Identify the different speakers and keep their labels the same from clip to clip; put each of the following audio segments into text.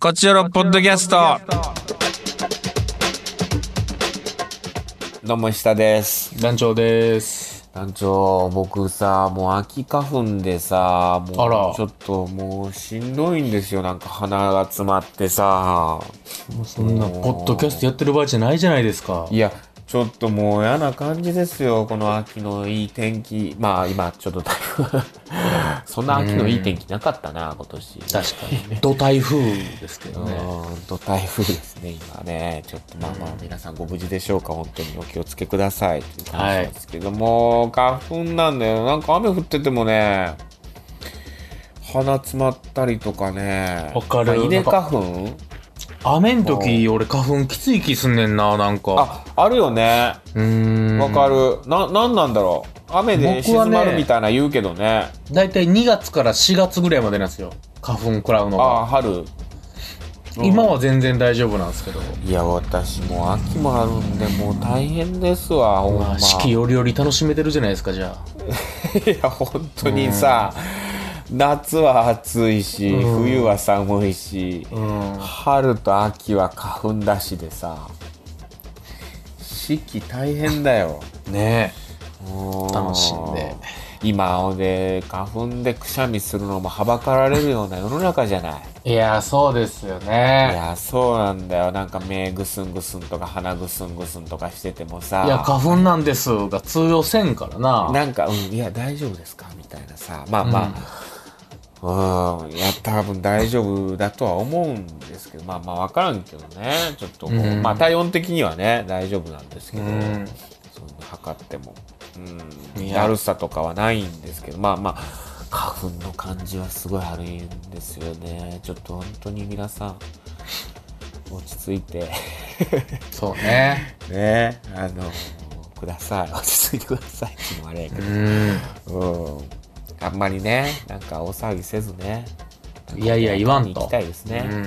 Speaker 1: こちらのポッドキャスト。どうも下です。
Speaker 2: 団長です。
Speaker 1: 団長、僕さ、もう秋花粉でさ、
Speaker 2: あ
Speaker 1: も
Speaker 2: ら
Speaker 1: うちょっともうしんどいんですよ。なんか鼻が詰まってさ。
Speaker 2: もうそんな、ポッドキャストやってる場合じゃないじゃないですか。
Speaker 1: いや、ちょっともう嫌な感じですよ。この秋のいい天気。まあ今ちょっと台風。 そんな秋のいい天気なかったな、今年。
Speaker 2: 確かに。ド台風ですけ ど
Speaker 1: う
Speaker 2: ね。
Speaker 1: ーんと台風ですね、今ね。ちょっとまあまあ、皆さんご無事でしょうか、本当にお気をつけくださいという感じなんですけども、花粉なんだよ。なんか雨降っててもね、鼻詰まったりとかね。
Speaker 2: わかる
Speaker 1: まあ稲花粉
Speaker 2: 雨ん時、俺花粉きつい気すんねんな、なんか。
Speaker 1: あ、あるよね。
Speaker 2: うーん。
Speaker 1: わかる。な、なんなんだろう。雨で
Speaker 2: 僕
Speaker 1: 静
Speaker 2: はね
Speaker 1: まるみたいな言うけどね。
Speaker 2: だいたい2月から4月ぐらいまでなんですよ。花粉食らうの
Speaker 1: あ
Speaker 2: が。
Speaker 1: あ、春。うん
Speaker 2: 今は全然大丈夫なんですけど。
Speaker 1: いや、私もう秋もあるんで、もう大変ですわ、ほん
Speaker 2: ま
Speaker 1: ま。
Speaker 2: あ、四季よりより楽しめてるじゃないですか、じゃあ。
Speaker 1: いや本当にさ、夏は暑いし、
Speaker 2: うん
Speaker 1: 冬は寒いし、
Speaker 2: うん。
Speaker 1: 春と秋は花粉だしでさ四季大変だよ
Speaker 2: ね
Speaker 1: もう
Speaker 2: 楽しんで
Speaker 1: 今ほんで花粉でくしゃみするのもはばかられるような世 の中じゃない
Speaker 2: え。いや、そうですよ
Speaker 1: い
Speaker 2: ね。
Speaker 1: やそうなんだよなんか目ぐすんぐすんとか鼻ぐすんぐすんとかしててもさ
Speaker 2: いや、花粉なんですが通用せんからな。
Speaker 1: なんか、うん、いや、大丈夫ですかみたいなさ、まあまあ、うん、いや、多分大丈夫だとは思うんですけど、まあまあ、わからんけどね、ちょっとこう、
Speaker 2: うん
Speaker 1: まあ、体温的にはね、大丈夫なんですけ
Speaker 2: う
Speaker 1: ど、
Speaker 2: ん。
Speaker 1: そんな測っても、うん、
Speaker 2: いや
Speaker 1: だるさとかはないんですけど、まあまあ、花粉の感じはすごい悪いんですよね。ちょっと本当に皆さん、落ち着いて、
Speaker 2: そう ね。
Speaker 1: ね、あの、ください。落ち着いてください。いつもあれやけど
Speaker 2: うん。
Speaker 1: うん、あんまりね、なんか大騒ぎせずね。
Speaker 2: いやいや、言わんと。
Speaker 1: 行きたいですね。
Speaker 2: う
Speaker 1: うん、い
Speaker 2: ん。
Speaker 1: ろん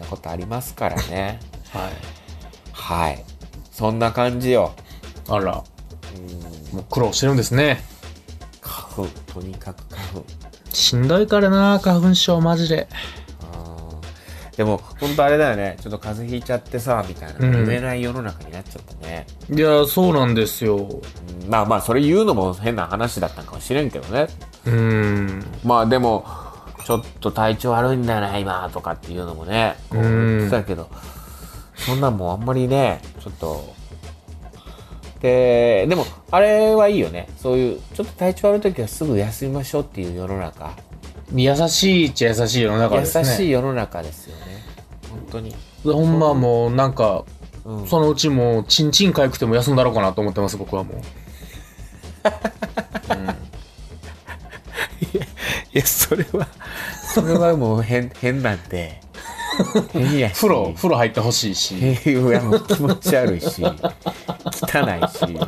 Speaker 1: なことありますからね。
Speaker 2: はい。
Speaker 1: はい。そんな感じよ。
Speaker 2: あら、
Speaker 1: うん、
Speaker 2: もう苦労してるんですね。
Speaker 1: 花粉、とにかく花粉。
Speaker 2: しんどいからな、花粉症、マジで。
Speaker 1: うんでも、ほんとあれだよね。ちょっと風邪ひいちゃってさ、みたいな。
Speaker 2: うん
Speaker 1: 言えない世の中になっちゃったね。
Speaker 2: いや、そうなんですよ。
Speaker 1: うんまあまあ、それ言うのも変な話だったんかもしれんけどね。
Speaker 2: うん。
Speaker 1: まあでも、ちょっと体調悪いんだよな、今、とかっていうのもね、こう言ってたけど、そんなんもうあんまりね、ちょっと。で、でも、あれはいいよね。そういう、ちょっと体調悪い時はすぐ休みましょうっていう世の中。
Speaker 2: 優しいっちゃ優しい世の中ですね。
Speaker 1: 優しい世の中ですよね。本当に。
Speaker 2: ほんまもう、なんか、
Speaker 1: うん
Speaker 2: そのうちもう、ちんちんかゆくても休んだろうかなと思ってます、僕はもう。
Speaker 1: いや、それは、それはもう変、変なんで。変やし
Speaker 2: 風呂、風呂入ってほしいし、
Speaker 1: いやもう気持ち悪いし、汚いし。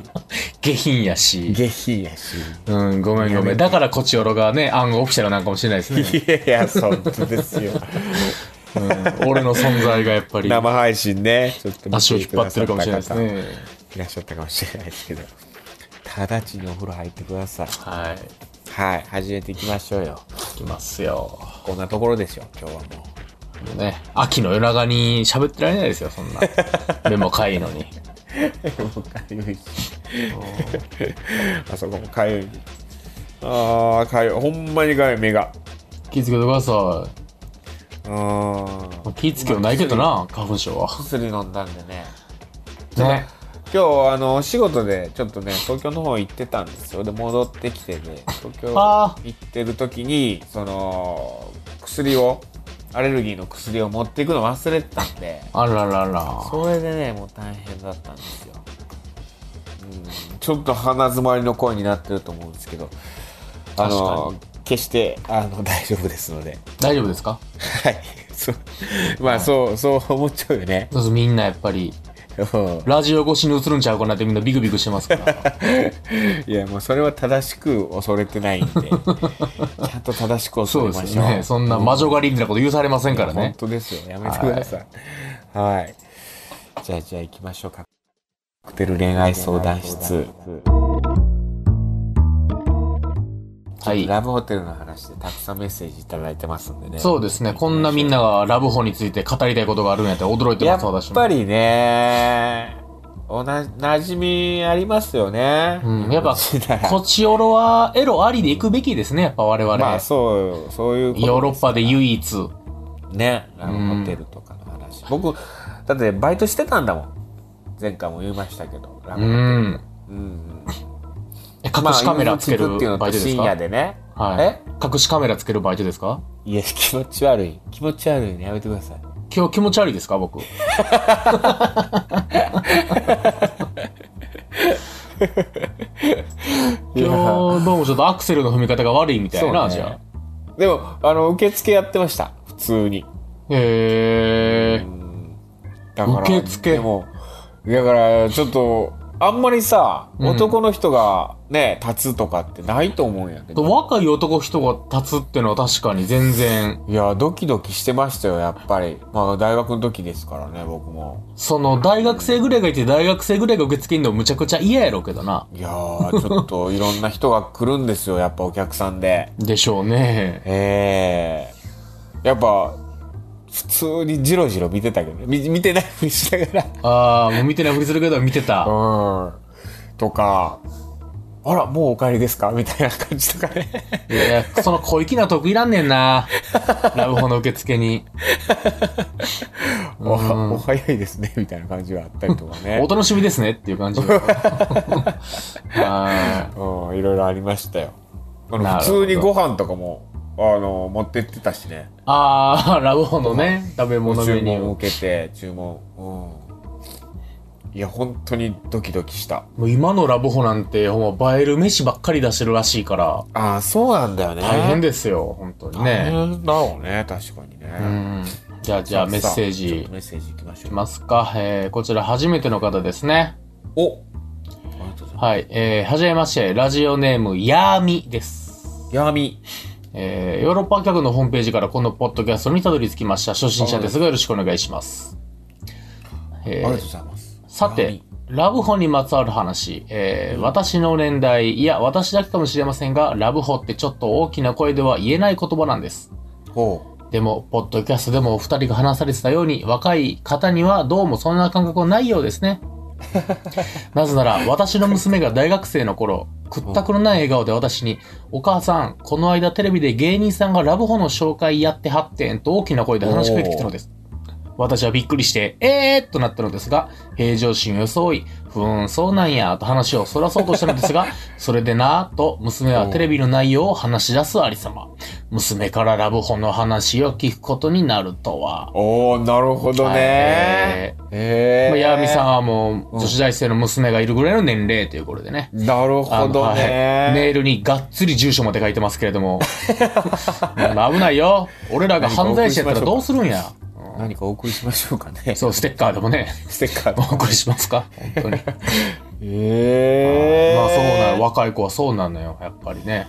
Speaker 2: 下品やし。
Speaker 1: 下品やし。
Speaker 2: うん、ごめんごめん。だからこちよろがね、暗号オフィシャルなんかもしれないです ね。
Speaker 1: いやいや、本当です よ。
Speaker 2: うん、俺の存在がやっぱり、
Speaker 1: 生配信ね、ちょっと
Speaker 2: 足を引っ張ってるかもしれないですね。
Speaker 1: いらっしゃったかもしれないですけど、直ちにお風呂入ってください。
Speaker 2: はい。
Speaker 1: はい、始めていきましょうよ。
Speaker 2: いきますよ。
Speaker 1: こんなところでしょう、今日はも
Speaker 2: もうね、秋の夜長に喋ってられないですよ、そんな。目もかゆいのに。
Speaker 1: う。もうかゆいし。あそこもかゆい。ああ、かゆい。ほんまにかゆい、目が。
Speaker 2: 気ぃつけてくださ
Speaker 1: ああ
Speaker 2: い。。気ぃつけようないけどな、花粉症は。
Speaker 1: 薬飲んだんでね。
Speaker 2: ね。
Speaker 1: 今日あのお仕事でちょっとね東京の方行ってたんですよで戻ってきてで、東京行
Speaker 2: あ
Speaker 1: ってる時にその薬をアレルギーの薬を持っていくの忘れてたんで
Speaker 2: あららら。
Speaker 1: それでねもう大変だったんですよ、うん、ちょっと鼻詰まりの声になってると思うんですけどあの決してあの大丈夫ですので
Speaker 2: 大丈夫ですか
Speaker 1: はいそうまあそうそう思っちゃうよね
Speaker 2: そうそうみんなやっぱり、
Speaker 1: うん
Speaker 2: ラジオ越しに映るんちゃうかなってみんなビクビクしてます から。
Speaker 1: いやもうそれは正しく恐れてないん でちゃんと正しく恐
Speaker 2: そ
Speaker 1: れ
Speaker 2: う
Speaker 1: ま
Speaker 2: です
Speaker 1: しょう
Speaker 2: ね。そんな魔女狩りみたいなこと許されませんから
Speaker 1: 本
Speaker 2: ね。
Speaker 1: 当ですよやめてくださいはいじゃあじゃあ行きましょうかカクテル恋愛相談室ちょっ
Speaker 2: はい
Speaker 1: とラブホテルの話でたくさんメッセージいただいてますんでね。
Speaker 2: そうですね。こんなみんながラブホについて語りたいことがあるんやったら驚いて
Speaker 1: や
Speaker 2: ます、私
Speaker 1: っ
Speaker 2: も。
Speaker 1: ぱりね、おな、馴染みありますよね。
Speaker 2: う ん、やっぱ、
Speaker 1: 日本人なら
Speaker 2: こちおろはエロありで行くべきですね、やっぱ我々。
Speaker 1: まあそう、そういうことです
Speaker 2: ヨーロッパで唯一。
Speaker 1: ね、ラブホテルとかの話。僕、だってバイトしてたんだもん。前回も言いましたけど、ラブホテル。
Speaker 2: うん。
Speaker 1: うん
Speaker 2: え隠しカメラつける
Speaker 1: まあ融通きくっていうの
Speaker 2: バ
Speaker 1: と
Speaker 2: イトです
Speaker 1: 深夜
Speaker 2: か
Speaker 1: でね。
Speaker 2: はい。隠しカメラつけるバイトですか
Speaker 1: えいや、気持ち悪い。気持ち悪いね。やめてください。
Speaker 2: 今日気持ち悪いですか僕。今日どうもちょっとアクセルの踏み方が悪いみたい
Speaker 1: そう
Speaker 2: な、
Speaker 1: ね
Speaker 2: じゃあ。
Speaker 1: でも、あの、受付やってました。普通に。
Speaker 2: へえ。
Speaker 1: だから
Speaker 2: 受付
Speaker 1: でもだからちょっとあんまりさ、
Speaker 2: うん
Speaker 1: 男の人がね立つとかってないと思うんやけど
Speaker 2: 若い男人が立つってのは確かに全然、
Speaker 1: いやドキドキしてましたよやっぱりまあ大学の時ですからね僕も
Speaker 2: その大学生ぐらいがいて大学生ぐらいが受付にのむちゃくちゃ嫌やろうけどな。
Speaker 1: いやーちょっといろんな人が来るんです よやっぱお客さんで
Speaker 2: でしょうね。
Speaker 1: ええやっぱ普通にジロジロ見てたけどねみ見てないふりしながら
Speaker 2: ああ、もう見てないふりするけど見てた。
Speaker 1: うんとかあらもうお帰りですかみたいな感じとかね
Speaker 2: いやいや、その小粋な得意らんねんな。 ラブホの受付に。
Speaker 1: おお早いですねみたいな感じがあったりとかね
Speaker 2: お楽しみですねってい う感じ。は
Speaker 1: うんいろいろありましたよあの
Speaker 2: なるほど
Speaker 1: 普通にご飯とかもあの持ってってたしね
Speaker 2: いああ、ラブホのね、食べ物メ
Speaker 1: 注
Speaker 2: ニ
Speaker 1: 文
Speaker 2: ュ
Speaker 1: を
Speaker 2: ー。
Speaker 1: 受けて注文うんいや本当にドキドキした
Speaker 2: もう今のラブホなんて、ほんま映える飯ばっかり出してるらしいから、
Speaker 1: ああそうなんだよね
Speaker 2: 大変ですよ、本当に
Speaker 1: 大
Speaker 2: ね。
Speaker 1: 変だろうね確かにね、
Speaker 2: うん。じゃあ、じゃあ
Speaker 1: さ
Speaker 2: メッセ
Speaker 1: さ
Speaker 2: ー
Speaker 1: あちょっ
Speaker 2: ジ
Speaker 1: と、メッセージいきましょ
Speaker 2: いうますか。えー、こちら初めての方ですね。
Speaker 1: おありがとうございま
Speaker 2: はい。えー、はじめまして、ラジオネーム、ヤーミです。
Speaker 1: す闇
Speaker 2: えーヨーロッパ客のホームページからこのポッドキャストにたどり着きました。初心者ですがよろしくお願いします。
Speaker 1: あ
Speaker 2: え
Speaker 1: り
Speaker 2: ー
Speaker 1: がとうございます
Speaker 2: さて
Speaker 1: 闇、
Speaker 2: ラブホにまつわる話、えー私の年代、いや、私だけかもしれませんが、ラブホってちょっと大きな声では言えない言葉なんです。
Speaker 1: ほ
Speaker 2: でも、ポッドキャストでもお二人が話されてたように、若い方にはどうもそんな感覚はないようですね。なぜなら、私の娘が大学生の頃、屈託のない笑顔で私に、お母さん、この間テレビで芸人さんがラブホの紹介やってはってんと大きな声で話しかけてきたのです。私はびっくりして、えーっとなったのですが、平常心を装い、ふーん、そうなんや、と話をそらそうとしたのですが、 それでなぁ、と娘はテレビの内容を話し出すありさま。娘からラブホの話を聞くことになるとは
Speaker 1: う。おおなるほどねえ
Speaker 2: まあ、
Speaker 1: え
Speaker 2: ヤーミさんはもう、
Speaker 1: ん
Speaker 2: 女子大生の娘がいるぐらいの年齢ということでね。
Speaker 1: なる
Speaker 2: あ
Speaker 1: ほ
Speaker 2: の
Speaker 1: ど
Speaker 2: はいメー
Speaker 1: ね。
Speaker 2: ルにがっつり住所まで書いてますけれど も。うん危ないよ。俺らが犯罪者やったらどうするんや。
Speaker 1: 何かお送りしましょうかね。
Speaker 2: そう、ステッカーでもね、
Speaker 1: ステッカー
Speaker 2: お
Speaker 1: の。
Speaker 2: 送りしますか。本当に。
Speaker 1: ええ
Speaker 2: まあそうなの、若い子はそうなのよ、やっぱりね。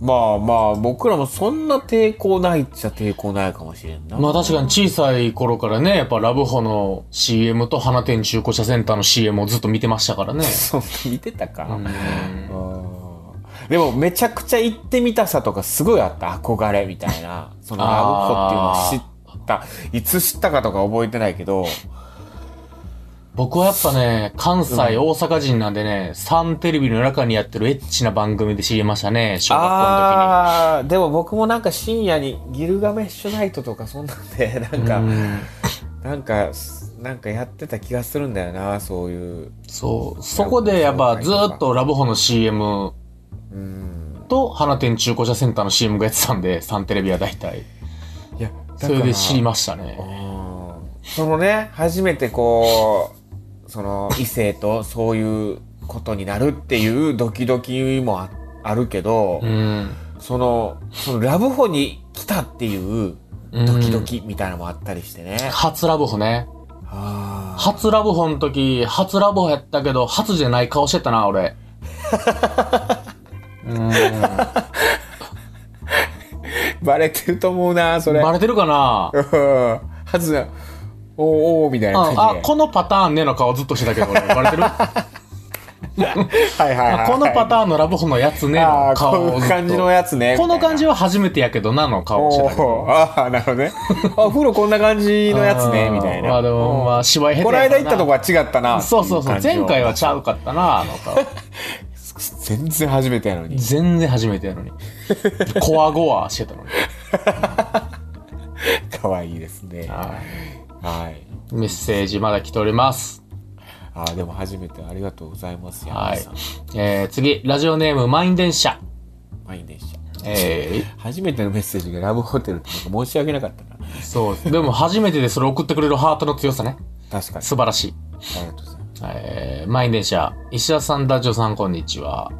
Speaker 1: まあまあ、僕らもそんな抵抗ないっちゃ抵抗ないかもしれんな。
Speaker 2: まあ確かに小さい頃からね、やっぱラブホの CM と花店中古車センターの CM をずっと見てましたからね。
Speaker 1: そんな見てたか。
Speaker 2: うん
Speaker 1: うんでも、めちゃくちゃ行ってみたさとかすごいあった。憧れみたい な。そのラブホっていうのを知った。いつ知ったかとか覚えてないけど。
Speaker 2: 僕はやっぱね、関西、大阪人なんでね、サンテレビの中にやってるエッチな番組で知りましたね、小学校の
Speaker 1: ああー、でも僕もなんか深夜にギルガメッシュナイトとかそんなんで、 なんか、
Speaker 2: 時に。うん
Speaker 1: なんか、すなんかやってた気がするんだよな、そういう。
Speaker 2: そう。そこでやっぱずーっとラブホの CM
Speaker 1: うん。
Speaker 2: と花店中古車センターの CM がやってたんで、サンテレビは大体。
Speaker 1: いや、だ
Speaker 2: そ
Speaker 1: から
Speaker 2: れで知りましたね。
Speaker 1: うんそのね、初めてこう、その異性とそういうことになるっていうドキドキもああるけど、
Speaker 2: うん。
Speaker 1: その、そのラブホに来たっていうドキドキみたいなのもあったりしてね。
Speaker 2: 初ラブホね。
Speaker 1: あー
Speaker 2: 初ラブホの時、初ラブホやったけど、初じゃない顔してたな、俺。うーん。
Speaker 1: バレてると思うな、それ。
Speaker 2: バレてるかな
Speaker 1: うん はずだ。おーおーみたいな
Speaker 2: あ
Speaker 1: 感じで。
Speaker 2: あ、このパターンねの顔ずっとしてたけど、俺。バレてる
Speaker 1: はいはいはい。
Speaker 2: このパタ
Speaker 1: ーン
Speaker 2: ーンのラブホのやつね
Speaker 1: あ
Speaker 2: の
Speaker 1: あ、
Speaker 2: 顔
Speaker 1: こ
Speaker 2: を
Speaker 1: ういう
Speaker 2: ずっ
Speaker 1: 感じ
Speaker 2: と
Speaker 1: のやつね。
Speaker 2: この感じ
Speaker 1: は。
Speaker 2: は初めてやけどなの顔をしてたけど
Speaker 1: おーああ、なるほどね。あ、お風呂こんな感じのやつね、みたいな。
Speaker 2: まあでもまあ芝居下手
Speaker 1: この
Speaker 2: やからな
Speaker 1: 間行ったとこは違ったな。
Speaker 2: そうそうそ
Speaker 1: っ
Speaker 2: う
Speaker 1: てい
Speaker 2: 前
Speaker 1: 感じを
Speaker 2: 回はちゃうかったなあの顔
Speaker 1: 全然初めてやのに。
Speaker 2: 全然初めてやのにこわごわしてたのに
Speaker 1: 可愛いですね。
Speaker 2: はい
Speaker 1: はい。
Speaker 2: メッセージまだ来ております
Speaker 1: ああ、でも初めてありがとうございます。
Speaker 2: は
Speaker 1: 山
Speaker 2: い
Speaker 1: 田さん。
Speaker 2: えー、次ラジオネーム満員電車
Speaker 1: 満員電車。
Speaker 2: え
Speaker 1: 初めてのメッセージがラブホテルってなんか申し訳なかったな。
Speaker 2: ー、そう ですでも初めてでそれ送ってくれるハートの強さね
Speaker 1: 確かに。
Speaker 2: 素晴らしい
Speaker 1: ありがとうございます。
Speaker 2: えー、満員電車石田さんダチョウさんこんにちは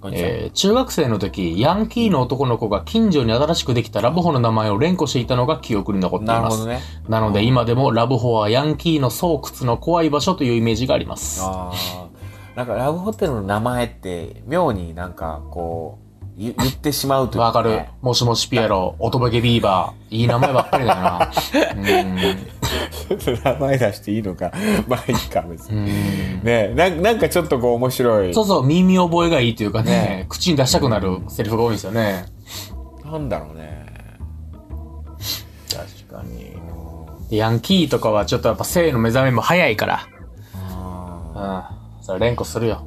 Speaker 1: こんにちは。
Speaker 2: えー中学生の時ヤンキーの男の子が近所に新しくできたラブホの名前を連呼していたのが記憶に残ってい
Speaker 1: なる
Speaker 2: ま
Speaker 1: ほ
Speaker 2: す
Speaker 1: ど
Speaker 2: な,、
Speaker 1: ね。
Speaker 2: ので今でもラブホはヤンキーの巣窟の怖い場所というイメージがあります
Speaker 1: ああ。なんかラブホテルの名前って妙になんかこう言言ってしまうという
Speaker 2: わか
Speaker 1: ね
Speaker 2: るもしもしピエロおとぼけビーバーいい名前ばっかりだ なうーんう
Speaker 1: ちょっと 名前出していいのか。 まあいいか別に。
Speaker 2: ーん
Speaker 1: ねなんなんかちょっとこう面白い
Speaker 2: そう。そう耳覚えがいいというかね
Speaker 1: ね
Speaker 2: 口に出したくなるセリフが多いんですよね
Speaker 1: なんだろうね。
Speaker 2: 確かにヤンキーとかはちょっとやっぱ性の目覚めも早いから
Speaker 1: あ
Speaker 2: うんそれ連呼するよ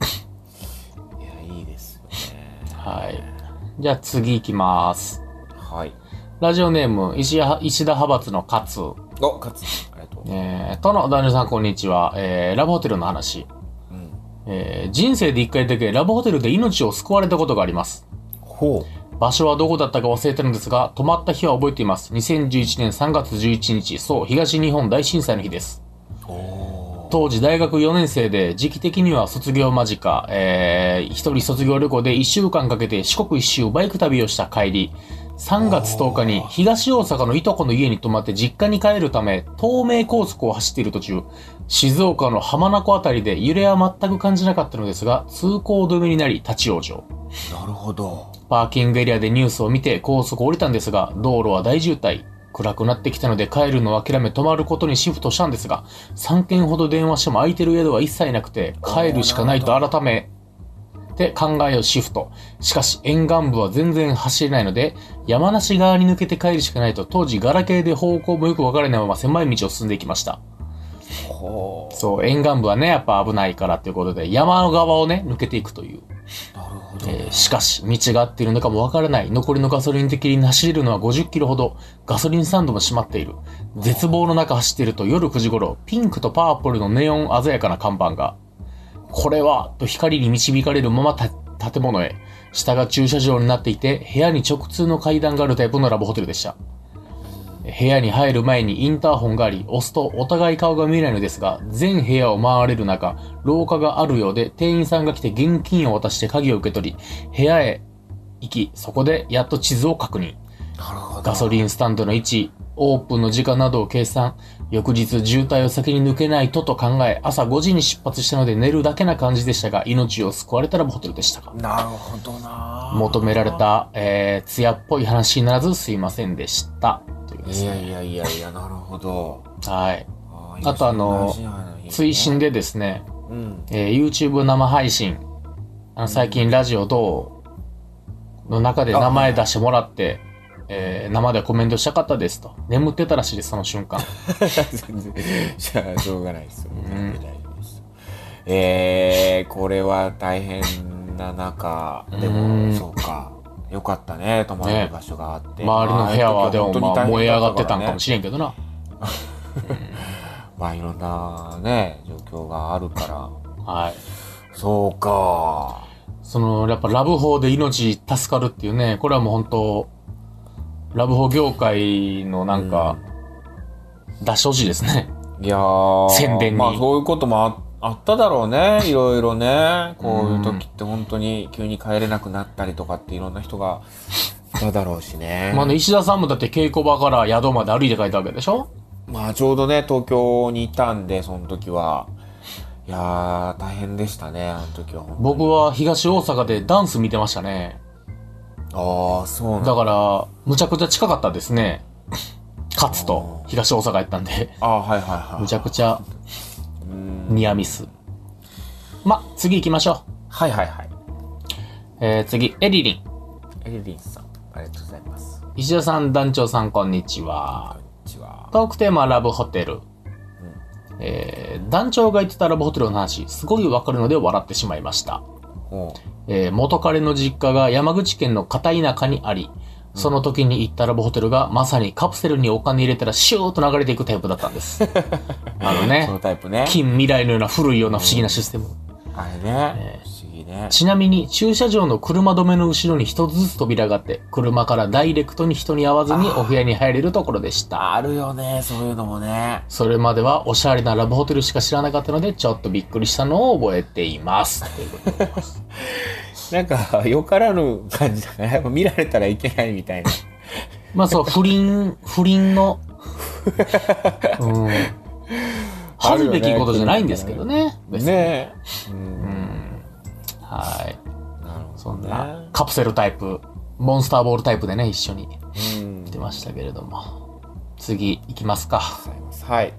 Speaker 1: あ。いや、いいですよね。
Speaker 2: はい。じゃあ次行きます。
Speaker 1: はい。ラ
Speaker 2: ラジオネーム、石や石田派閥の勝。
Speaker 1: お、勝つ。ありがとう。
Speaker 2: えー、との、男女さんこんにちは。えー、ラブホテルの話。
Speaker 1: うん。
Speaker 2: えー、人生で一回だけラブホテルで命を救われたことがあります。
Speaker 1: ほ
Speaker 2: 場所はどこだったか忘れてるんですが、泊まった日は覚えています。2011年3月11日、そう、東日本大震災の日です。
Speaker 1: う。お
Speaker 2: 当時大学4年生で、時期的には卒業間近、えー、一人卒業旅行で1週間かけて四国一周バイク旅をした帰り、3月10日に東大阪のいとこの家に泊まって実家に帰るため、東名高速を走っている途中、静岡の浜名湖あたりで揺れは全く感じなかったのですが、通行止めになり立ち往生。
Speaker 1: なるほど。
Speaker 2: パーキングエリアでニュースを見て高速を降りたんですが、道路は大渋滞。暗くなってきたので帰るのを諦め泊まることにシフトしたんですが、3件ほど電話しても空いてる宿は一切なくて、帰るしかないと改めて考えをシフト。しかし沿岸部は全然走れないので、山梨側に抜けて帰るしかないと当時ガラケーで方向もよくわからないまま狭い道を進んでいきました。
Speaker 1: ほ
Speaker 2: そう、沿岸部はね、やっぱ危ないからということで、山側をね、抜けていくという。
Speaker 1: う。なるほど。
Speaker 2: えーしかし、道が合っているのかもわからない。残りのガソリン的に走れるのは50キロほど。ガソリンスタンドも閉まっている。絶望の中走っていると夜9時頃、ピンクとパープルのネオン鮮やかな看板が、これは、と光に導かれるままた建物へ。下が駐車場になっていて、部屋に直通の階段があるタイプのラブホテルでした。部屋に入る前にインターホンがあり、押すとお互い顔が見えないのですが、全部屋を回れる中、廊下があるようで、店員さんが来て現金を渡して鍵を受け取り、部屋へ行き、そこでやっと地図を確認。
Speaker 1: なるほど。
Speaker 2: ガソリンスタンドの位置、オープンの時間などを計算、翌日渋滞を先に抜けないとと考え、朝5時に出発したので寝るだけな感じでしたが、命を救われたらホテルでしたが。
Speaker 1: なるほどな。
Speaker 2: 求められ。た、えー、艶っぽい話にならずすいませんでした。というです
Speaker 1: いやい
Speaker 2: ね。
Speaker 1: やいやいや、なるほど。
Speaker 2: はい。
Speaker 1: あ
Speaker 2: あとあの、追伸
Speaker 1: で。
Speaker 2: でですね、
Speaker 1: うん。
Speaker 2: えー YouTube 生配信、あの最近ラジオどうの中で名前出してもらって、えー生でコメントしたかったですと。眠ってたらしいです、その瞬 間。
Speaker 1: 全然、じゃあ、しょうがないですよ。全然大丈夫です。えー、これは大変な中、で
Speaker 2: う
Speaker 1: も、
Speaker 2: ん
Speaker 1: そうか。よかったね、泊まれる場所があって。
Speaker 2: 周りの部屋はでもまあ燃え上がってたんかも
Speaker 1: しれない
Speaker 2: しれんけどな。
Speaker 1: まあいろんなね、状況があるから。
Speaker 2: はい。
Speaker 1: そうか。
Speaker 2: その、やっぱラブホーで命助かるっていうね、これはもう本当ラブホー業界のなんか、出してほしいですね。
Speaker 1: いやー
Speaker 2: 宣伝に
Speaker 1: まあそういうこともああっただろうね。いろいろね。こういう時って本当に急に帰れなくなったりとかっていろんな人がいただろうしね。
Speaker 2: ま
Speaker 1: ま
Speaker 2: あ
Speaker 1: あ、
Speaker 2: ね、石田さんもだって稽古場から宿まで歩いて帰ったわけでしょ
Speaker 1: ちょうどね、東京にいたんで、その時は。いやー、大変でしたね、あの時は本当に。
Speaker 2: 僕は東大阪でダンス見てましたね。
Speaker 1: ああ、そうなんだ
Speaker 2: だ。から、むちゃくちゃ近かったですね。勝つと、東大阪行ったんで、
Speaker 1: ああ、はいはいはい。
Speaker 2: むちゃくちゃ、ニアミス。ま、次行きましょ
Speaker 1: はいはいはい。
Speaker 2: う。えー、次、エリリン。
Speaker 1: エリリンさん、ありがとうございます。こ
Speaker 2: 石田さん、団長さん、こんにちは
Speaker 1: ん。にちは。
Speaker 2: トークテーマ、ラブホテル。えー、団長が言ってたラブホテルの話、すごいわかるので笑ってしまいました。
Speaker 1: おう
Speaker 2: えー元彼の実家が山口県の片田舎にあり、その時に行ったラブホテルがまさにカプセルにお金入れたらシューッと流れていくタイプだったんです。あの
Speaker 1: その
Speaker 2: ね、
Speaker 1: タイプね。
Speaker 2: 近未来のような古いような不思議なシステム。
Speaker 1: あれね。不思議ね。
Speaker 2: ちなみに駐車場の車止めの後ろに一つずつ扉があって、車からダイレクトに人に会わずにお部屋に入れるところでした。
Speaker 1: あるよね、そういうのもね。
Speaker 2: それまではおしゃれなラブホテルしか知らなかったので、ちょっとびっくりしたのを覚えています。ということで
Speaker 1: なんか、よからぬ感じだから、やっぱ見られたらいけないみたいな。
Speaker 2: まあそう、不倫、不倫の、 うん、
Speaker 1: あ
Speaker 2: 恥
Speaker 1: る
Speaker 2: ず
Speaker 1: よね
Speaker 2: べきことじゃないんですけどね。別に
Speaker 1: ねえ。うん。
Speaker 2: はい。
Speaker 1: なるほどね。
Speaker 2: そんな、カプセルタイプ、モンスターボールタイプでね、一緒に
Speaker 1: うん。
Speaker 2: 出ましたけれども。次、行きますか。
Speaker 1: ございますはい。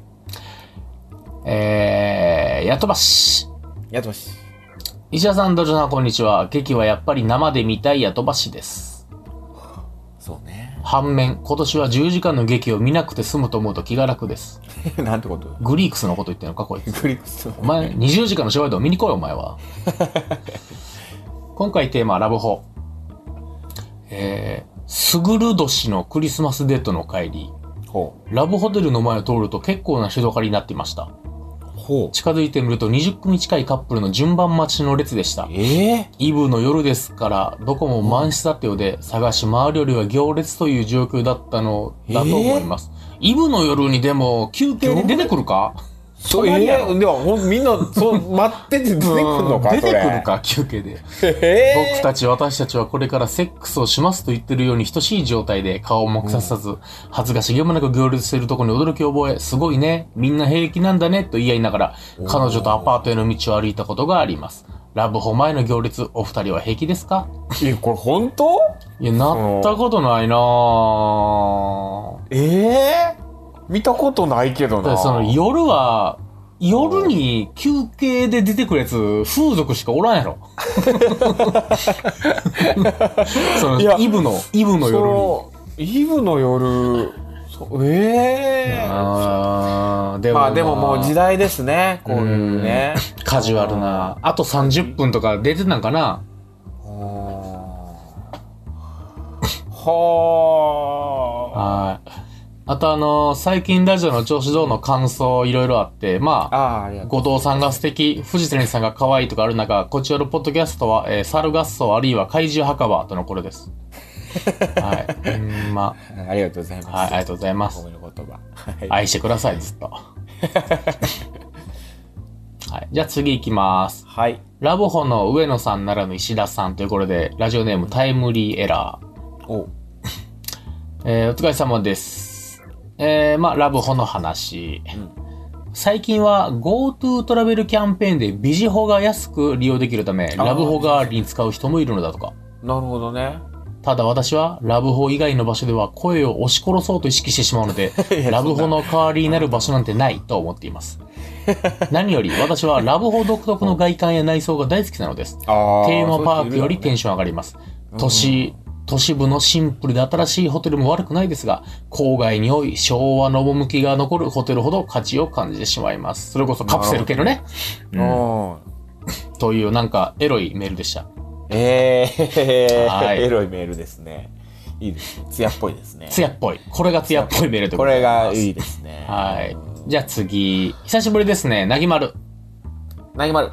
Speaker 2: えー、やとばし。
Speaker 1: やってまし。
Speaker 2: 石田さん、どうさん、こんにちは。劇はやっぱり生で見たいやとばしです。
Speaker 1: そうね。
Speaker 2: 反面、今年は10時間の劇を見なくて済むと思うと気が楽です。
Speaker 1: なんて こと
Speaker 2: グリークスのこと言ってんのか、こいつ。
Speaker 1: クリックスの
Speaker 2: お前、20時間の芝居でも見に来いよ、お前は。今回テーマはラブホ。えー、すぐる年のクリスマスデートの帰り、
Speaker 1: ほう。
Speaker 2: ラブホテルの前を通ると結構な人だかりになっていました。
Speaker 1: ほ
Speaker 2: 近づいてみると20組近いカップルの順番待ちの列でした。
Speaker 1: ええ
Speaker 2: イブの夜ですから、どこも満室だったようで、探し回るよりは行列という状況だったのだと思います。イブの夜にでも休憩で出てくるか
Speaker 1: そう、え
Speaker 2: 隣やろ
Speaker 1: えでもほんみんな、そう、 待ってて出てくるのか
Speaker 2: うん出て
Speaker 1: それ
Speaker 2: くるか、休憩で。
Speaker 1: ええ
Speaker 2: 僕たち私たちはこれからセックスをしますと言ってるように等しい状態で顔もくささず、恥ずかしげもなく行列しているところに驚きを覚え、すごいね、みんな平気なんだねと言い合いながら、彼女とアパートへの道を歩いたことがあります。ラブホ前の行列、お二人は平気ですか
Speaker 1: え、これ本当
Speaker 2: いや、なったことないなぁ。
Speaker 1: ええ見たことないけど
Speaker 2: だか
Speaker 1: な。
Speaker 2: らその夜は、夜に休憩で出てくるやつ、風俗しかおらん やろ。そ
Speaker 1: いや
Speaker 2: の、イブの、イブの夜に。
Speaker 1: そうイブの夜、そうええ
Speaker 2: あーでも、
Speaker 1: まあでももう時
Speaker 2: 代。
Speaker 1: 代ですね、こういうね。
Speaker 2: カジュアルな。あと30分とか出てたんかな
Speaker 1: は
Speaker 2: はい。あとあのー最近ラジオの調子どうの感想いろいろあって、ま
Speaker 1: あ。
Speaker 2: あ、
Speaker 1: ああ、ありがとう。
Speaker 2: 後藤さんが素敵、藤谷さんが可愛いとかある中、こちらのポッドキャストは、えー、猿合奏あるいは怪獣墓場との頃です。はい。うんま
Speaker 1: ありがとうございます。
Speaker 2: あ、はい、ありがとうございま
Speaker 1: お
Speaker 2: す。
Speaker 1: 褒めの言葉。はい。
Speaker 2: 愛してください、ずっと。はい。じゃあ次行きます。
Speaker 1: はい。
Speaker 2: ラボホの上野さんならぬ石田さんということで、ラジオネームタイムリーエラー。
Speaker 1: お
Speaker 2: えー、お疲れ様です。えー、まあ、ラブホの話。
Speaker 1: ん
Speaker 2: 最近は GoTo トラベルキャンペーンでビジホが安く利用できるため、
Speaker 1: あー
Speaker 2: ラブホ代わりに使う人もいるのだとか。
Speaker 1: なるほどね。
Speaker 2: ただ私はラブホ以外の場所では声を押し殺そうと意識してしまうの で
Speaker 1: や、
Speaker 2: ラブホの代わりになる場所なんてないと思っています。何より私はラブホ独特の外観や内装が大好きなのです。
Speaker 1: あー
Speaker 2: テーマパークよりテンション上がります。都市、都市部のシンプルで新しいホテルも悪くないですが、郊外に多い昭和の趣が残るホテルほど価値を感じてしまいます。それこそカプセル系のね。
Speaker 1: そういうのね
Speaker 2: というなんかエロいメールでした。
Speaker 1: うん。ええ
Speaker 2: はい
Speaker 1: エロいメールですね。いいですね。艶っぽいですね。
Speaker 2: ツヤっぽい。これがツヤっぽいメールという
Speaker 1: こ
Speaker 2: とで
Speaker 1: れがいいですね。
Speaker 2: はい。じゃあ次。久しぶりですね。なぎまる。
Speaker 1: なぎまる。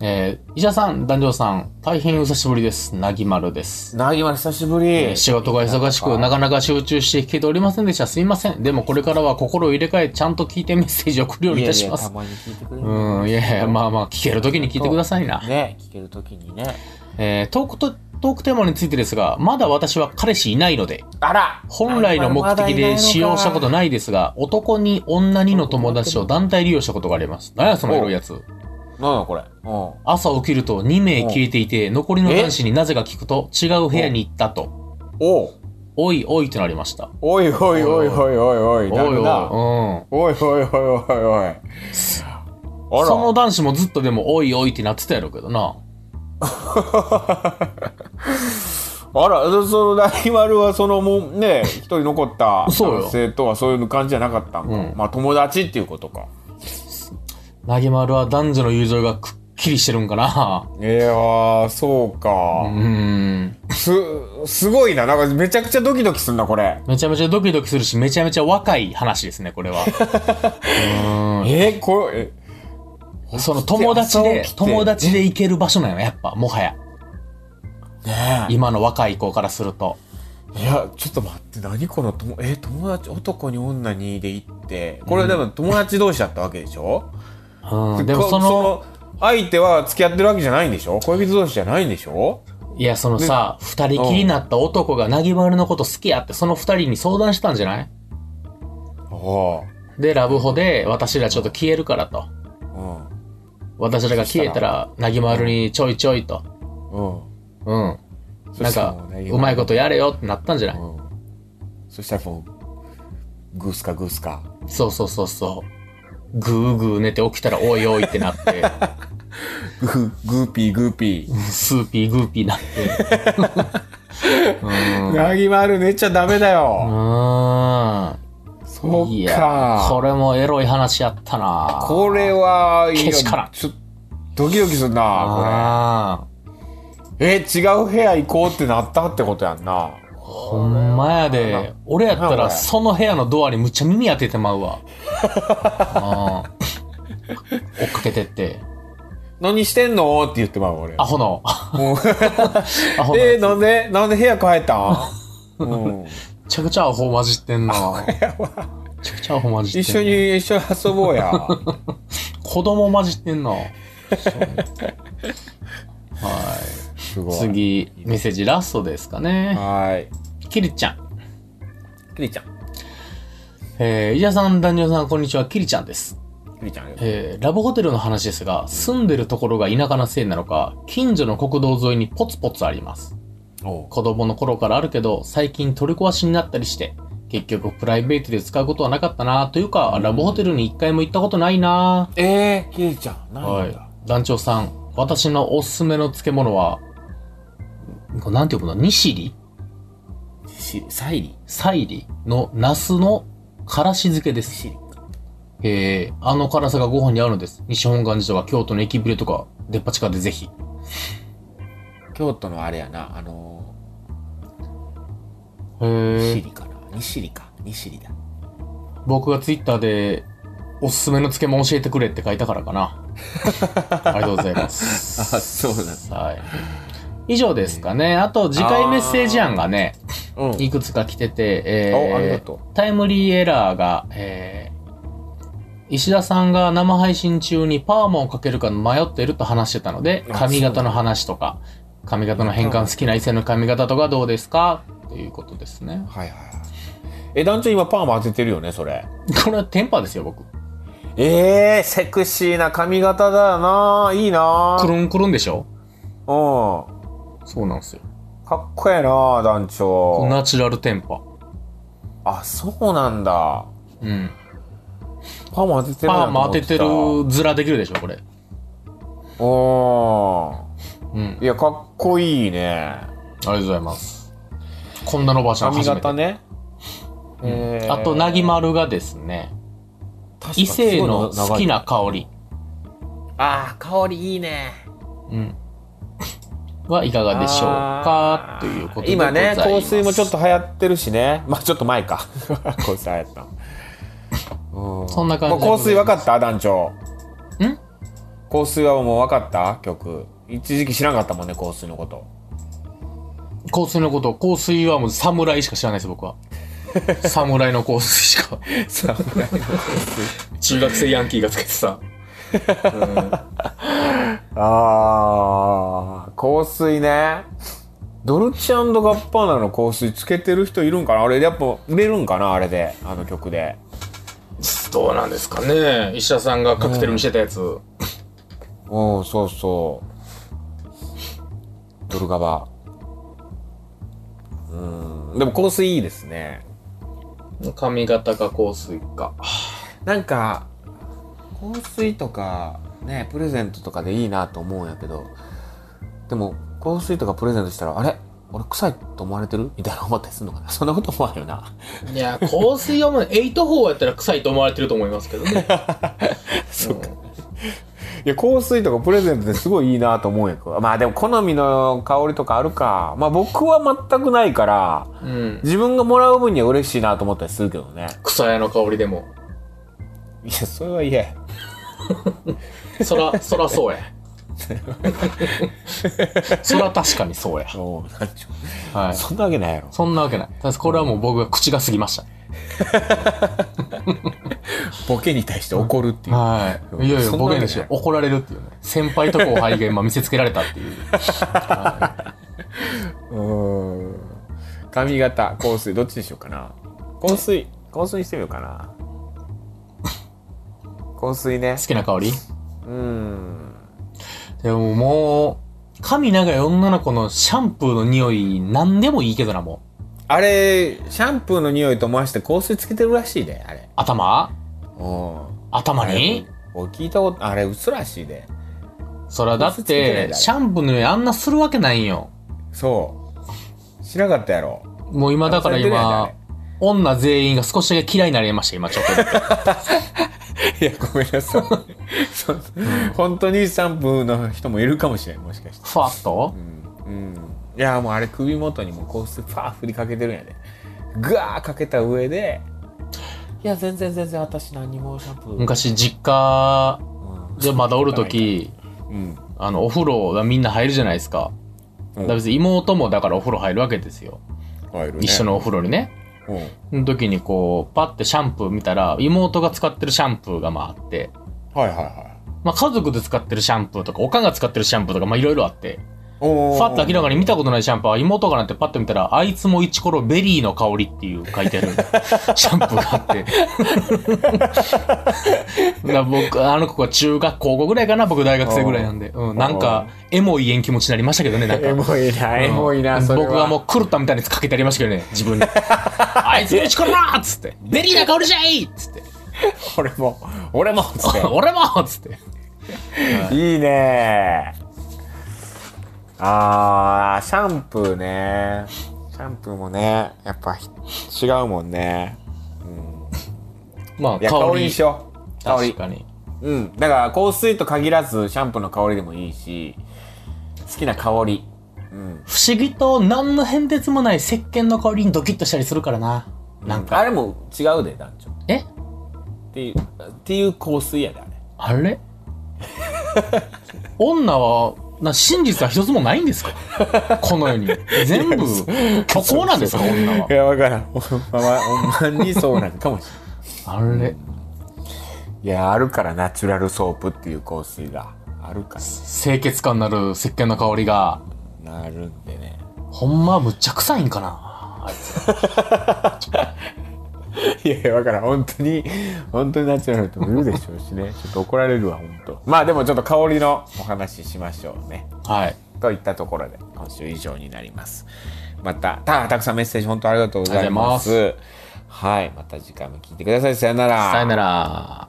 Speaker 2: えー、医者さん、男女さん、大変お久しぶりです。なぎまるです。
Speaker 1: なぎまる久しぶり。
Speaker 2: 仕事が忙しく、なかなか集中して聞けておりませんでした。すいません。でもこれからは心を入れ替え、ちゃんと聞いてメッセージを送るようにいたしま
Speaker 1: いやいや
Speaker 2: す。
Speaker 1: たまに聞いてくれる。
Speaker 2: うん、いやいや、まあまあ、聞けるときに聞いてくださいな。
Speaker 1: ね、聞けるときにね。
Speaker 2: えー、トークと、トークテーマについてですが、まだ私は彼氏いないので、
Speaker 1: あら
Speaker 2: 本来の目的で使用したことないですが、男に女にの友達を団体利用したことがあります。何やそのエロいやつ。
Speaker 1: なんだこれ。う
Speaker 2: 朝起きると2名消えていて、残りの男子になぜか聞くと違う部屋に行ったと、
Speaker 1: ん。おう
Speaker 2: おいおいとなりました。
Speaker 1: おいおいおいおいおいおい。
Speaker 2: おい
Speaker 1: なるな
Speaker 2: お
Speaker 1: おいおいおいおいおい。あら
Speaker 2: その男子もずっとでも、おいおいってなってたやろうけどな。
Speaker 1: あら、そのライバルはそのもう ね、一人残った
Speaker 2: そうよ
Speaker 1: 男性とはそういう感じじゃなかったんか。
Speaker 2: うん
Speaker 1: まあ友達っていうことか。
Speaker 2: なぎまるは男女の友情がくっきりしてるんかな。
Speaker 1: いやー、そう
Speaker 2: う
Speaker 1: か。
Speaker 2: ん。
Speaker 1: す、すごいな。なんかめちゃくちゃドキドキすんな、これ。
Speaker 2: めちゃめちゃドキドキするし、めちゃめちゃ若い話ですね、これ は。
Speaker 1: えー、これ、
Speaker 2: その友達で
Speaker 1: 朝起き、て
Speaker 2: 友達で行ける場所なの、やっぱ、もはや。
Speaker 1: え、ね
Speaker 2: 今の若い子からすると。
Speaker 1: え。いや、ちょっと待って、何この友、えー、友達、男に女にで行って、これでも友達同士だったわけでし ょ、
Speaker 2: うん。でも
Speaker 1: こ
Speaker 2: その、、
Speaker 1: 相手は付き合ってるわけじゃないんでしょ恋人同士じゃないんでしょ
Speaker 2: いや、そのさ、二人きりになった男がなぎまるのこと好きやって、その二人に相談したんじゃない
Speaker 1: あ
Speaker 2: で、ラブホで、私らちょっと消えるからと。
Speaker 1: あ。
Speaker 2: 私らが消えたら、なぎまるにちょいちょいと。
Speaker 1: うん。うん。
Speaker 2: うん。
Speaker 1: そ
Speaker 2: なん
Speaker 1: したら
Speaker 2: か
Speaker 1: もね、
Speaker 2: うまいことやれよってなったんじゃない
Speaker 1: うんそしたらもうグースかグースか
Speaker 2: そうそうそうそう。ぐーぐー寝て起きたら、おいおいってなって、
Speaker 1: グーグーピーグーピ
Speaker 2: スーピーグーピーなって。
Speaker 1: ーなぎまる寝ちゃダメだ
Speaker 2: う
Speaker 1: よ、
Speaker 2: ーん。
Speaker 1: そ
Speaker 2: い
Speaker 1: っ
Speaker 2: や、こ
Speaker 1: か
Speaker 2: れもエロい話やったな
Speaker 1: これはいい
Speaker 2: けしからん
Speaker 1: ちょドキドキするな
Speaker 2: あ
Speaker 1: これえ違う部屋行こうってなったってことやんな
Speaker 2: ーほんまやで。俺やった
Speaker 1: なんだ
Speaker 2: ら、
Speaker 1: これ
Speaker 2: その部屋のドアにむっちゃ耳当ててま うわ。あー追っかけてって。
Speaker 1: 何してんのって言ってまう俺
Speaker 2: アホの。ア
Speaker 1: もう
Speaker 2: ホの。
Speaker 1: え
Speaker 2: め
Speaker 1: なんでなんで部屋変えた ん、うん、
Speaker 2: ちゃくちゃアホ混じってんな。めちゃくちゃアホ混じ
Speaker 1: 一
Speaker 2: ってん
Speaker 1: 緒
Speaker 2: な。
Speaker 1: に一緒に遊ぼうや
Speaker 2: 子供混じってんな。はい。
Speaker 1: すごい
Speaker 2: 次、メッセージラストですかね。
Speaker 1: はい
Speaker 2: キリちゃん。
Speaker 1: クリちゃん
Speaker 2: えー、伊沢さん、男女さん、こんにちは。キリちゃんです。
Speaker 1: クリちゃんありがとう
Speaker 2: えーラブホテルの話ですが、住んでるところが田舎のせいなのか、近所の国道沿いにポツポツあります。
Speaker 1: おう
Speaker 2: 子供の頃からあるけど、最近取り壊しになったりして、結局プライベートで使うことはなかったなというか、ラブホテルに一回も行ったことないな
Speaker 1: えー、キリちゃん何
Speaker 2: は
Speaker 1: だ、
Speaker 2: い。団長さん、私のおすすめの漬物は、これなんていうのニシリ
Speaker 1: しサイリ
Speaker 2: サイリのナスのからし漬けです。
Speaker 1: シリ
Speaker 2: えー、あの辛さがご飯に合うのです。西本願寺とか京都の駅ビルとか、デッパ地下でぜひ。
Speaker 1: 京都のあれやなあの
Speaker 2: へ
Speaker 1: ー、
Speaker 2: ー
Speaker 1: シリかな西里か西里だ
Speaker 2: 僕がツイッターで、おすすめの漬物教えてくれって書いたから かな。ありがとうございます。
Speaker 1: あそうなんだ
Speaker 2: はい。以上ですかね。あと、次回メッセージ案がね、
Speaker 1: うん
Speaker 2: いくつか来てて、え
Speaker 1: おありがと
Speaker 2: タイムリーエラーが、えー石田さんが生配信中にパーマをかけるか迷っていると話してたので、
Speaker 1: あ
Speaker 2: 髪型の話とか、髪型の変換好きな異性の髪型とかどうですかということですね。
Speaker 1: はいはいはいえ団長今パーマ当ててるよねそれ
Speaker 2: これはテンパですよ、僕。
Speaker 1: えー、セクシーな髪型だよないいな
Speaker 2: く
Speaker 1: うん
Speaker 2: るんくるんでしょ
Speaker 1: か
Speaker 2: そうなんですよ。
Speaker 1: っこええな団長
Speaker 2: ナチュラルテンパ。
Speaker 1: あそうなんだ
Speaker 2: うん。
Speaker 1: パーマ当ててる
Speaker 2: パーマ当ててる
Speaker 1: お
Speaker 2: 面できるでしょ、これ。
Speaker 1: お
Speaker 2: うん。
Speaker 1: ーいやかっこいいね
Speaker 2: ありがとうございます。こんなのばしゃん
Speaker 1: 髪
Speaker 2: 初めて
Speaker 1: 型。ね、えー
Speaker 2: あと、なぎまるがですね、異性の好きな香り。
Speaker 1: ああ香りいいね
Speaker 2: うん。はいかがでしょうか
Speaker 1: あー
Speaker 2: ということでご
Speaker 1: 今
Speaker 2: ざいま
Speaker 1: ね
Speaker 2: す。
Speaker 1: 香水もちょっと流行ってるしね まあちょっと前 か香水流行ったのうん
Speaker 2: そんな感じで
Speaker 1: もう香水分かった団長
Speaker 2: ん
Speaker 1: 香水はもう分かった曲一時期知らなかったもんね香水のこと
Speaker 2: 香水のこと、香水はもう侍しか知らないです、僕 は。侍の香水しか。中学生ヤンキーがつけてさ。
Speaker 1: あー香水ねドルチェガッパーナの香水つけてる人いるんかなあれやっぱ売れるんかなあれであの曲で
Speaker 2: どうなんですかね石田さんがカクテルにしてたやつ。
Speaker 1: うんそうそうドルガバうんでも香水いいですね
Speaker 2: 髪型か香水か。
Speaker 1: なんか香水とかねプレゼントとかでいいなと思うんやけどでも香水とかプレゼントしたらあれ俺臭いと思われてるみたいな思ったりするのかな そんなこともあるよない
Speaker 2: や、香水はもう、エイト法やったら臭いと思われてると思いますけど ね。
Speaker 1: そうかいや香水とかプレゼントですごいいいなと思うんやけどまあでも好みの香りとかあるかまあ僕は全くないから
Speaker 2: うん。
Speaker 1: 自分がもらう分には嬉しいなと思ったりするけどね
Speaker 2: 草屋の香りでも。
Speaker 1: いやそれは嫌や
Speaker 2: そら、そら そうや。そら確かにそうや。
Speaker 1: おうなんちゅう
Speaker 2: はい。
Speaker 1: そんなわけないやろ
Speaker 2: そんなわけない。ただこれはもう僕が口が過ぎました。
Speaker 1: ボケに対して怒るっていう、
Speaker 2: はい。いやいや、
Speaker 1: そんなわけ
Speaker 2: 僕
Speaker 1: ない
Speaker 2: にして怒られるっていうね。先輩と後輩が今見せつけられたっていう。
Speaker 1: うーん髪型香水どっちにしようかな香水香水にしてみようかな香水ね
Speaker 2: 好きな香り
Speaker 1: うーん
Speaker 2: でももう、髪長い女の子のシャンプーの匂い、何でもいいけどな、もう。
Speaker 1: あれシャンプーの匂いと回して香水つけてるらしいであれ
Speaker 2: 頭
Speaker 1: うん
Speaker 2: 頭
Speaker 1: あれ
Speaker 2: に
Speaker 1: お聞いたことあれ嘘らしいで
Speaker 2: そらだっ
Speaker 1: 嘘つけてない
Speaker 2: て、
Speaker 1: だろ
Speaker 2: シャンプーの匂いあんなするわけないんよ。
Speaker 1: そう知らなかったやろ
Speaker 2: もう今だから
Speaker 1: 騙さ
Speaker 2: 今
Speaker 1: れ、
Speaker 2: 女全員が少しだけ嫌いになりました、今ちょっ と。
Speaker 1: いやごめんなさい そう本当にシャンプーの人もいるかもしれんもしかして
Speaker 2: ふわっと
Speaker 1: うん、いやもうあれ首元にもう香水パー振りかけてるんやでぐわーかけた上でいや全然全然私何もシャンプー、
Speaker 2: 昔実家でまだおるとき、
Speaker 1: うん
Speaker 2: あの、お風呂がみんな入るじゃないですか。
Speaker 1: う
Speaker 2: だ
Speaker 1: ん
Speaker 2: から別に妹もだからお風呂入るわけですよ。
Speaker 1: 入るね
Speaker 2: 一緒のお風呂にね。
Speaker 1: うん
Speaker 2: その時にこう、パッてシャンプー見たら、妹が使ってるシャンプーがまああって、
Speaker 1: はいはいはい
Speaker 2: まあ家族で使ってるシャンプーとか、おかんが使ってるシャンプーとか、まあいろいろあって、
Speaker 1: おー
Speaker 2: パッと明らかに見たことないシャンプーは妹かなってパッと見たら、あいつもイチコロベリーの香りっていう書 いてあるシャンプーがあって。だから 僕、あの子が中学高校ぐらいかな、僕大学生ぐらいなんで。うん、なんか、エモい縁気持ちになりましたけどね、なんか
Speaker 1: エ。モいなエモいな、
Speaker 2: うん
Speaker 1: それは
Speaker 2: 僕がもう狂ったみたいにかけてありましたけどね、自 分に。あいつのイチコロなっつって。ベリーな香りじゃいっつって。
Speaker 1: 俺も俺もつっ
Speaker 2: 俺もっつって。
Speaker 1: て いいねあーシャンプーねシャンプーもねやっぱ違うもんね
Speaker 2: まあ、
Speaker 1: いや香りにしよう香り
Speaker 2: 確かに。
Speaker 1: うん、だから香水と限らずシャンプーの香りでもいいし好きな香りうん、
Speaker 2: 不思議と何の変哲もない石鹸の香りにドキッとしたりするからな。なんか、
Speaker 1: あれも違うで男女
Speaker 2: え
Speaker 1: っていうっていう香水やであれ
Speaker 2: あれ 女は、な真実は一つもないんですかこの世に。全部、虚構なんですか女は。
Speaker 1: いや分からんほんまはほんまにそうなんかもし
Speaker 2: あれ
Speaker 1: れんいやあるからナチュラルソープっていう香水があるか
Speaker 2: 清潔感のある石鹸の香りが、
Speaker 1: らなるんでね
Speaker 2: ほんまむっちゃ臭いんかなあいつ。
Speaker 1: いやいや分からん本当に本当にナチュラルって言うでしょうしねちょっと怒られるわ本当まあでもちょっと香りのお話ししましょうね
Speaker 2: はい。
Speaker 1: といったところで今週以上になります。また、たたくさんメッセージ本当ありがとうございます。
Speaker 2: あり
Speaker 1: はい、また次回も聞いてください。さよなら。
Speaker 2: さよなら。